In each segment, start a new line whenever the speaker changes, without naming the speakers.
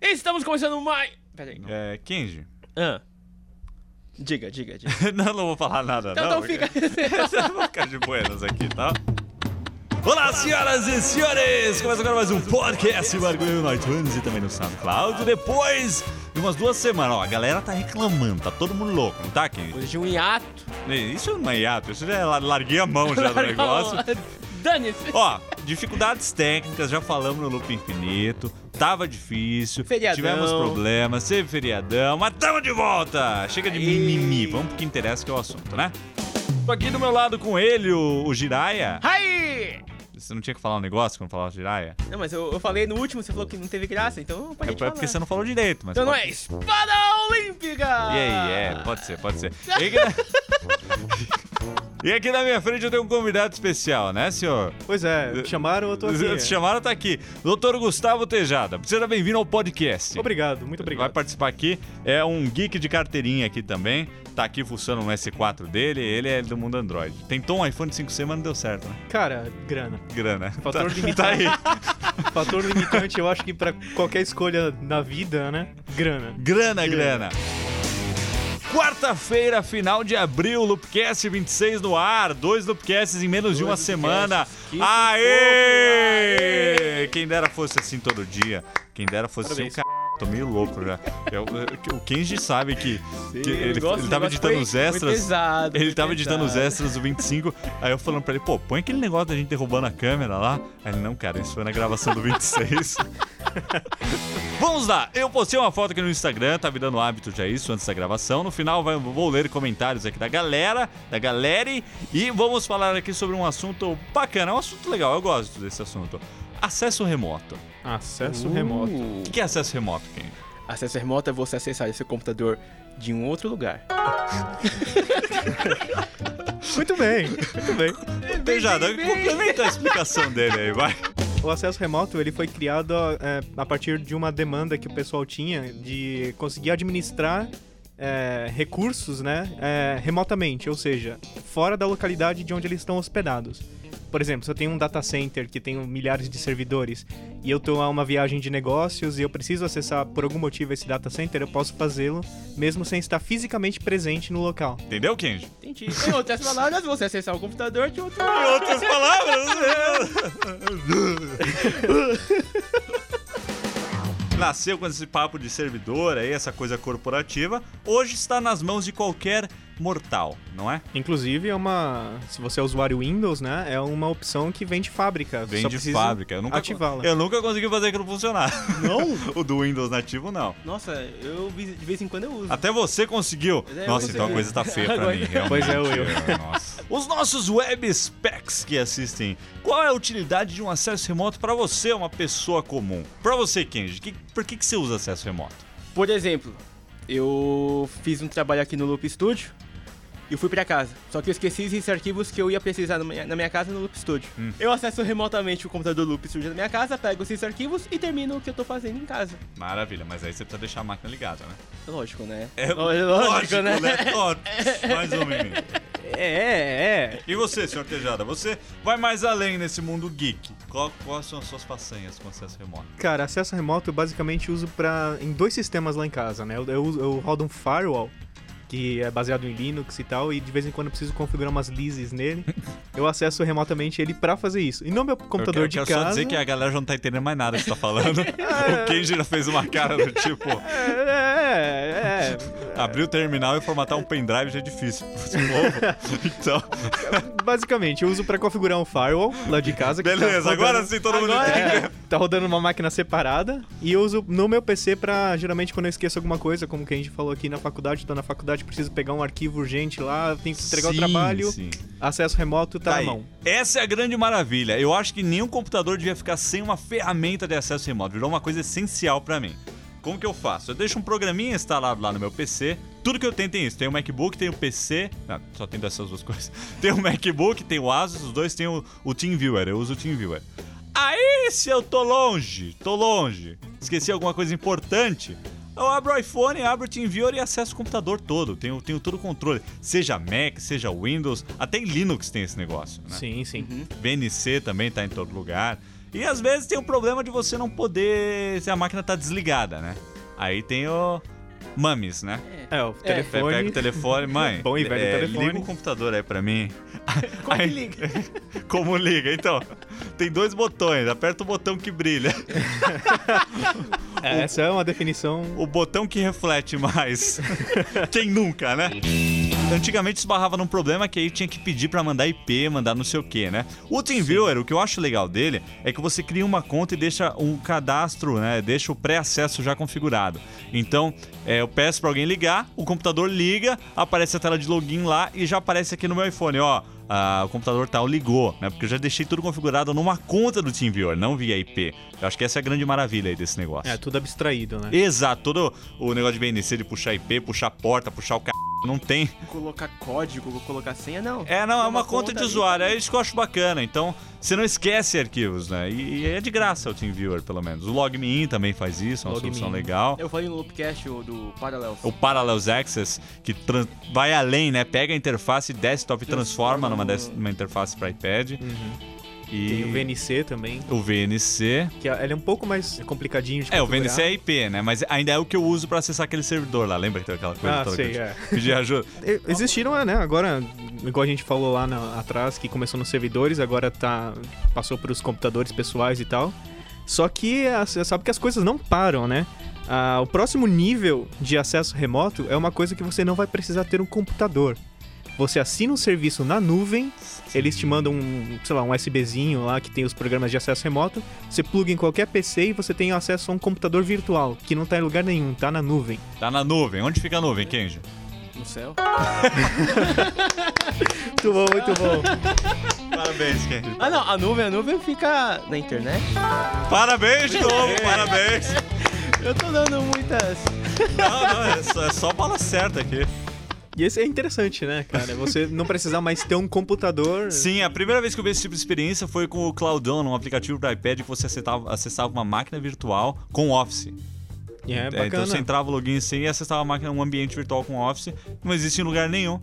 Estamos começando mais. Peraí.
É, Kenji.
Ah. Diga, diga, diga.
não, não vou falar nada,
Então,
não.
então fica.
fica. vou ficar de buenas aqui, tá? Olá, senhoras e senhores! Começa agora mais um podcast Barulho no iTunes e também no SoundCloud. Depois de umas duas semanas, ó, a galera tá reclamando, tá todo mundo louco, não tá, Kenji?
Hoje um hiato.
Isso não é hiato, isso já é lar- larguei a mão já do negócio.
Dane-se.
Ó, dificuldades técnicas, já falamos no loop infinito. Tava difícil,
Feriadão.
tivemos problemas, teve feriadão, mas tamo de volta! Chega de
Aí.
mimimi, vamos pro que interessa que é o assunto, né? Tô aqui do meu lado com ele, o, o Jiraya.
Ai!
Você não tinha que falar um negócio quando falava Jiraya?
Não, mas eu, eu falei no último, você falou que não teve graça, então
É,
pode
é porque você não falou direito, mas.
Então não
pode-
é espada olímpica!
E aí, é, pode ser, pode ser. E aqui, na... e aqui na minha frente eu tenho um convidado especial, né, senhor?
Pois é, me chamaram, eu tô aqui.
Te chamaram, tá aqui. Doutor Gustavo Tejada, seja bem-vindo ao podcast.
Obrigado, muito
Vai
obrigado.
participar aqui. É um geek de carteirinha aqui também. Tá aqui fuçando no S4 dele. Ele é do mundo Android. Tentou um iPhone 5C, mas não deu certo, né?
Cara, grana.
Grana.
Fator
tá, tá
limitante.
aí.
Fator limitante, eu acho que pra qualquer escolha na vida, né? Grana.
Grana, grana. Quarta-feira, final de abril, Loopcast 26 no ar. Dois Loopcasts em menos de uma
Dois
semana.
Loopcasts. Que
Aê! Quem dera fosse assim todo dia. Quem dera fosse assim, o
Parabéns.
c... Tô meio louco já. Eu- eu- o Kenji sabe que, que
Sim,
ele,
o negócio-
ele tava
o negócio
editando
foi-
os extras.
Foi pesado,
Ele
foi
tava editando os
pesado.
extras do 25, aí eu falando pra ele, pô, põe aquele negócio da gente derrubando a câmera lá. Aí ele, não, cara, isso foi na gravação do 26. Vamos lá, eu postei uma foto aqui no Instagram, tá virando hábito já isso antes da gravação. No final vai- vou ler comentários aqui da galera, da galera, e vamos falar aqui sobre um assunto bacana, um assunto legal, eu gosto desse assunto. Acesso remoto.
Uh.
Acesso remoto.
O que que é acesso remoto, Ken?
Acesso remoto é você acessar esse computador de um outro lugar.
Muito bem, muito bem.
Beijada, complementa a explicação dele aí, vai.
O acesso remoto, ele foi criado é, a partir de uma demanda que o pessoal tinha de conseguir administrar é, recursos, né? é, remotamente, ou seja, fora da localidade de onde eles estão hospedados. Por exemplo, se eu tenho um data center que tem milhares de servidores e eu estou a uma viagem de negócios e eu preciso acessar por algum motivo esse data center, eu posso fazê-lo mesmo sem estar fisicamente presente no local.
Entendeu, Kenji?
Entendi. Em outras palavras, você acessar o computador de outro
Em
lugar.
outras palavras. né? Nasceu com esse papo de servidor aí, essa coisa corporativa. Hoje está nas mãos de qualquer mortal, não é?
Inclusive, é uma. Se você é usuário Windows, né? É uma opção que vem de fábrica.
Vem
Só
de
precisa
fábrica. Eu nunca,
ativá-la.
eu nunca consegui fazer aquilo funcionar.
Não?
o do Windows nativo, não.
Nossa, eu vi- de vez em quando eu uso.
Até você conseguiu.
Mas é, eu
Nossa, então a
consegui.
coisa tá feia pra
Agora-
mim, realmente.
Pois é, eu.
Nossa. Os nossos web specs que assistem, qual é a utilidade de um acesso remoto pra você, uma pessoa comum? Pra você, Kenji, que, por que, que você usa acesso remoto?
Por exemplo, eu fiz um trabalho aqui no Loop Studio e fui pra casa. Só que eu esqueci esses arquivos que eu ia precisar na minha, na minha casa no Loop Studio.
Hum.
Eu acesso remotamente o computador do Loop Studio da minha casa, pego esses arquivos e termino o que eu tô fazendo em casa.
Maravilha, mas aí você precisa deixar a máquina ligada, né?
Lógico, né?
É
Ló- lógico, né?
Ó, mais ou menos.
É, é, é.
E você, senhor Tejada, você vai mais além nesse mundo geek. Qual- quais são as suas façanhas com acesso remoto?
Cara, acesso remoto eu basicamente uso pra, em dois sistemas lá em casa, né? Eu, eu, uso- eu rodo um firewall, que é baseado em Linux e tal, e de vez em quando eu preciso configurar umas leases nele. eu acesso remotamente ele pra fazer isso. E no meu computador
eu quero, eu
de
quero
casa...
só dizer que a galera já não tá entendendo mais nada que você tá falando. o Kenji já fez uma cara do tipo...
É, é,
Abrir o terminal e formatar um pendrive já é difícil. Então,
é. Basicamente, eu uso pra configurar um firewall lá de casa. que tá
beleza,
rodando-
agora sim todo mundo né?
Agora-
entendeu.
É, tá rodando uma máquina separada e eu uso no meu PC pra, geralmente, quando eu esqueço alguma coisa, como que a gente falou aqui na faculdade, tô na faculdade, preciso pegar um arquivo urgente lá, tenho que entregar
Sim,
o trabalho,
sim.
acesso remoto tá,
Tá aí.
na mão.
Essa é a grande maravilha. Eu acho que nenhum computador devia ficar sem uma ferramenta de acesso remoto. Virou uma coisa essencial pra mim. Como que eu faço? Eu deixo um programinha instalado lá no meu PC. Tudo que eu tenho tem isso. Tem o MacBook, tem o PC. Não, só tem dessas duas coisas. Tem o MacBook, tem o Asus, os dois tem o, o TeamViewer. Eu uso o TeamViewer. Aí, se eu tô longe, tô longe, esqueci alguma coisa importante, eu abro o iPhone, abro o TeamViewer e acesso o computador todo. Tenho, tenho todo o controle. Seja Mac, seja Windows, até em Linux tem esse negócio. Né?
Sim, sim.
VNC também tá em todo lugar. E às vezes tem o problema de você não poder. se a máquina tá desligada, né? Aí tem o. Mames, né?
É, o
É.
Você Pega
telefone.
o telefone, mãe.
Bom e velho
é,
telefone.
Liga o computador aí pra mim.
Como que
Aí-
liga?
Como liga? Então, tem dois botões. Aperta o botão que brilha.
É, essa é uma definição.
O botão que reflete mais. Quem nunca, né? Antigamente esbarrava num problema que aí tinha que pedir pra mandar IP, mandar não sei o que, né? O TeamViewer, o que eu acho legal dele é que você cria uma conta e deixa um cadastro, né? Deixa o pré-acesso já configurado. Então, é, eu peço pra alguém ligar, o computador liga, aparece a tela de login lá e já aparece aqui no meu iPhone, ó. ah, o computador tal ligou, né? Porque eu já deixei tudo configurado numa conta do TeamViewer, não via IP. Eu acho que essa é a grande maravilha aí desse negócio.
É, tudo abstraído, né?
Exato, todo o negócio de BNC de puxar IP, puxar porta, puxar o c... não tem.
Colocar código, colocar senha, não.
É, não,
Tem
é uma, conta, de
ali
usuário, é
também.
isso que eu acho bacana. Então, você não esquece arquivos, né? E, e é de graça o TeamViewer, pelo menos. O LogMeIn também faz isso, é uma
LogMeIn.
solução legal.
Eu falei no Loopcast o do Parallels.
O Parallels Access, que tran- vai além, né? Pega a interface desktop e
Transforma
transforma numa,
no-
des- numa interface para iPad. E
Uhum. Tem o VNC também,
o VNC.
que ele é um pouco mais complicadinho de
É, o
configurar.
VNC é IP, né? Mas ainda é o que eu uso para acessar aquele servidor lá. Lembra que tem aquela coisa
Ah,
toda
sei,
que eu
é.
te pedi ajuda?
E- Existiram, né? Agora, igual a gente falou lá na- atrás, que começou nos servidores, agora tá passou para os computadores pessoais e tal. Só que a- você sabe que as coisas não param, né? Ah, o próximo nível de acesso remoto é uma coisa que você não vai precisar ter um computador. Você assina um serviço na nuvem, eles te mandam um, sei lá, um USBzinho lá que tem os programas de acesso remoto. Você pluga em qualquer PC e você tem acesso a um computador virtual, que não tá em lugar nenhum, tá na nuvem.
Tá na nuvem. Onde fica a nuvem, Kenji?
No céu.
Muito bom, muito bom.
Parabéns, Kenji.
Ah, não, a nuvem, a nuvem fica na internet.
Parabéns de novo, parabéns.
Eu tô dando muitas.
Não, não, é só, é só bala certa aqui.
E esse é interessante, né, cara? Você não precisar mais ter um computador.
Sim, a primeira vez que eu vi esse tipo de experiência foi com o Cloudão, um aplicativo para iPad que você acessava, acessava uma máquina virtual com Office.
É,
É,
bacana.
então você entrava o login sem e acessava a máquina, um ambiente virtual com Office, não existe em lugar nenhum.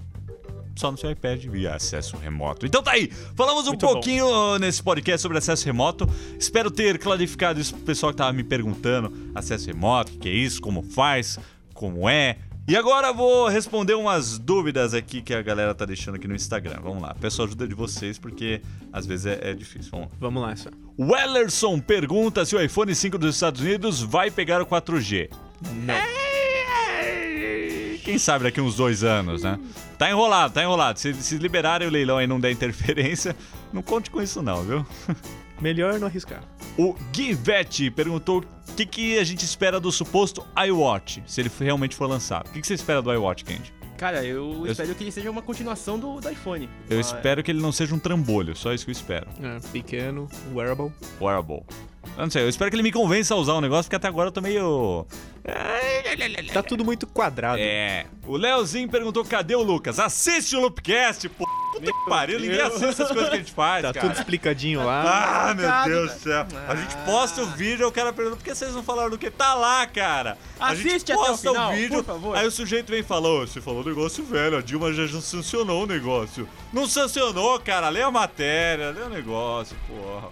Só no seu iPad via acesso remoto. Então tá aí! Falamos um
bom.
pouquinho nesse podcast sobre acesso remoto. Espero ter clarificado isso pro pessoal que tava me perguntando: acesso remoto, o que é isso, como faz, como é. E agora eu vou responder umas dúvidas aqui que a galera tá deixando aqui no Instagram. Vamos lá, peço a ajuda de vocês porque às vezes é, é difícil. Vamos lá.
Vamos lá, essa.
Wellerson pergunta se o iPhone 5 dos Estados Unidos vai pegar o 4G. Não. É, Quem sabe daqui uns dois anos, né? Tá enrolado, tá enrolado. Se, se liberarem o leilão e não der interferência, não conte com isso não, viu?
Melhor não arriscar.
O Givete perguntou o que, que a gente espera do suposto iWatch, se ele realmente for lançado. O que, que você espera do iWatch, Candy?
Cara, eu,
Eu-
espero que ele seja uma continuação do, do iPhone.
Eu
Ah,
espero que ele não seja um trambolho, só isso que eu espero.
É, pequeno, wearable.
Wearable. Eu não sei, eu espero que ele me convença a usar o negócio, porque até agora eu tô meio...
Tá tudo muito quadrado.
É. O Leozinho perguntou: cadê o Lucas? Assiste o Loopcast, pô. Puta que pariu, ninguém assiste essas coisas que a gente faz,
Tá
cara.
tudo Ah. explicadinho lá.
Ah, meu
Cara,
Deus do
né?
céu. A gente posta o vídeo, o cara pergunta, por que vocês não falaram do que? Tá lá, cara. A gente
Assiste até o
posta
final,
o vídeo,
por favor.
aí o sujeito vem e fala, "Ô, você falou um negócio velho, a Dilma já já sancionou o negócio. Não sancionou, cara, lê a matéria, lê o negócio, porra.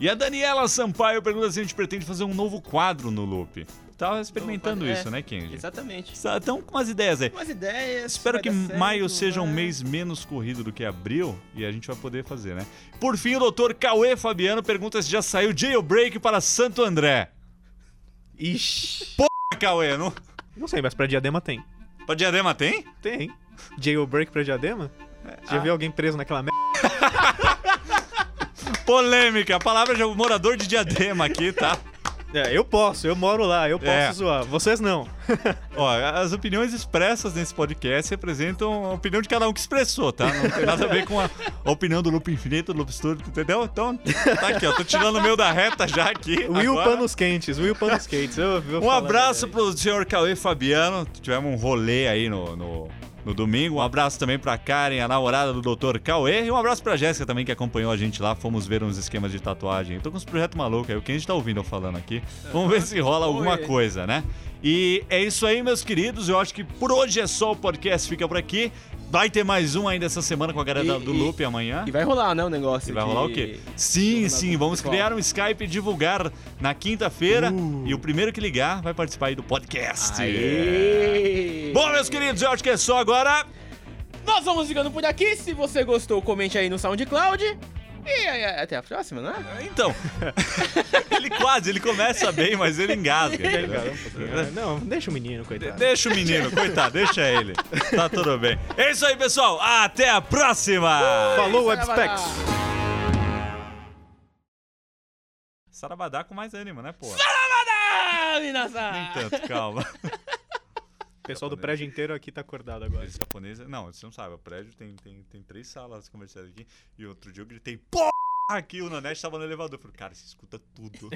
E a Daniela Sampaio pergunta se a gente pretende fazer um novo quadro no Loop. Tava experimentando
é,
isso, né, Kenji?
Exatamente.
Estão então, com umas ideias aí.
Umas ideias.
Espero
vai
que
dar certo, né?
maio seja um
vai.
mês menos corrido do que abril e a gente vai poder fazer, né? Por fim, o doutor Cauê Fabiano pergunta se já saiu jailbreak para Santo André.
Ixi.
Ah, Cauê, não...
Não sei, mas pra diadema tem.
Pra Diadema tem?
Tem. Jailbreak pra diadema?
É, ah.
Já viu alguém preso naquela merda?
Polêmica, a palavra de um morador de Diadema aqui, tá?
É, eu posso, eu moro lá, eu posso
É.
zoar. Vocês não.
Ó, as opiniões expressas nesse podcast representam a opinião de cada um que expressou, tá? Não tem nada a ver com a opinião do Loop Infinito, do Loop Studio, entendeu? Então, tá aqui, ó, tô tirando o meu da reta já aqui.
Will
agora.
Panos Quentes, Will Panos Quentes. Eu, eu
Um abraço pro senhor Cauê Fabiano. Tivemos um rolê aí no, no, no domingo. Um abraço também pra Karen, a namorada do Dr. Cauê. E um abraço pra Jéssica também, que acompanhou a gente lá. Fomos ver uns esquemas de tatuagem. Eu tô com uns projetos malucos aí. O que a gente tá ouvindo eu falando aqui. Vamos ver se rola alguma
Oi.
coisa, né? E é isso aí, meus queridos. Eu acho que por hoje é só o podcast. Fica por aqui. Vai ter mais um ainda essa semana com a galera
E-
do
e-
Loop amanhã.
E vai rolar, né, o negócio.
E vai
de-
rolar o quê? Sim,
Vamos lá,
sim, vamos
pessoal.
criar um Skype e divulgar na quinta-feira.
Uh.
E o primeiro que ligar vai participar aí do podcast.
Aê!
Bom, meus queridos, eu acho que é só agora.
Nós vamos ficando por aqui. Se você gostou, comente aí no SoundCloud. E é, até a próxima, né?
Então, ele quase, ele começa bem, mas ele engasga. entendeu?
É, Não, deixa o menino, coitado.
Deixa o menino, coitado, deixa ele. Tá tudo bem. É isso aí, pessoal. Até a
Uh.
próxima!
Falou, WebSpecs!
Sarabadá com mais ânimo, né, pô?
Ah, Minasa!
Nem tanto, calma.
O pessoal do prédio inteiro aqui tá acordado agora.
Esse japonês. Não, você não sabe. O prédio tem, tem, tem três salas comerciais aqui. E outro dia eu gritei, porra! Aqui o Nanete tava no elevador. Eu Falei, cara, você escuta tudo.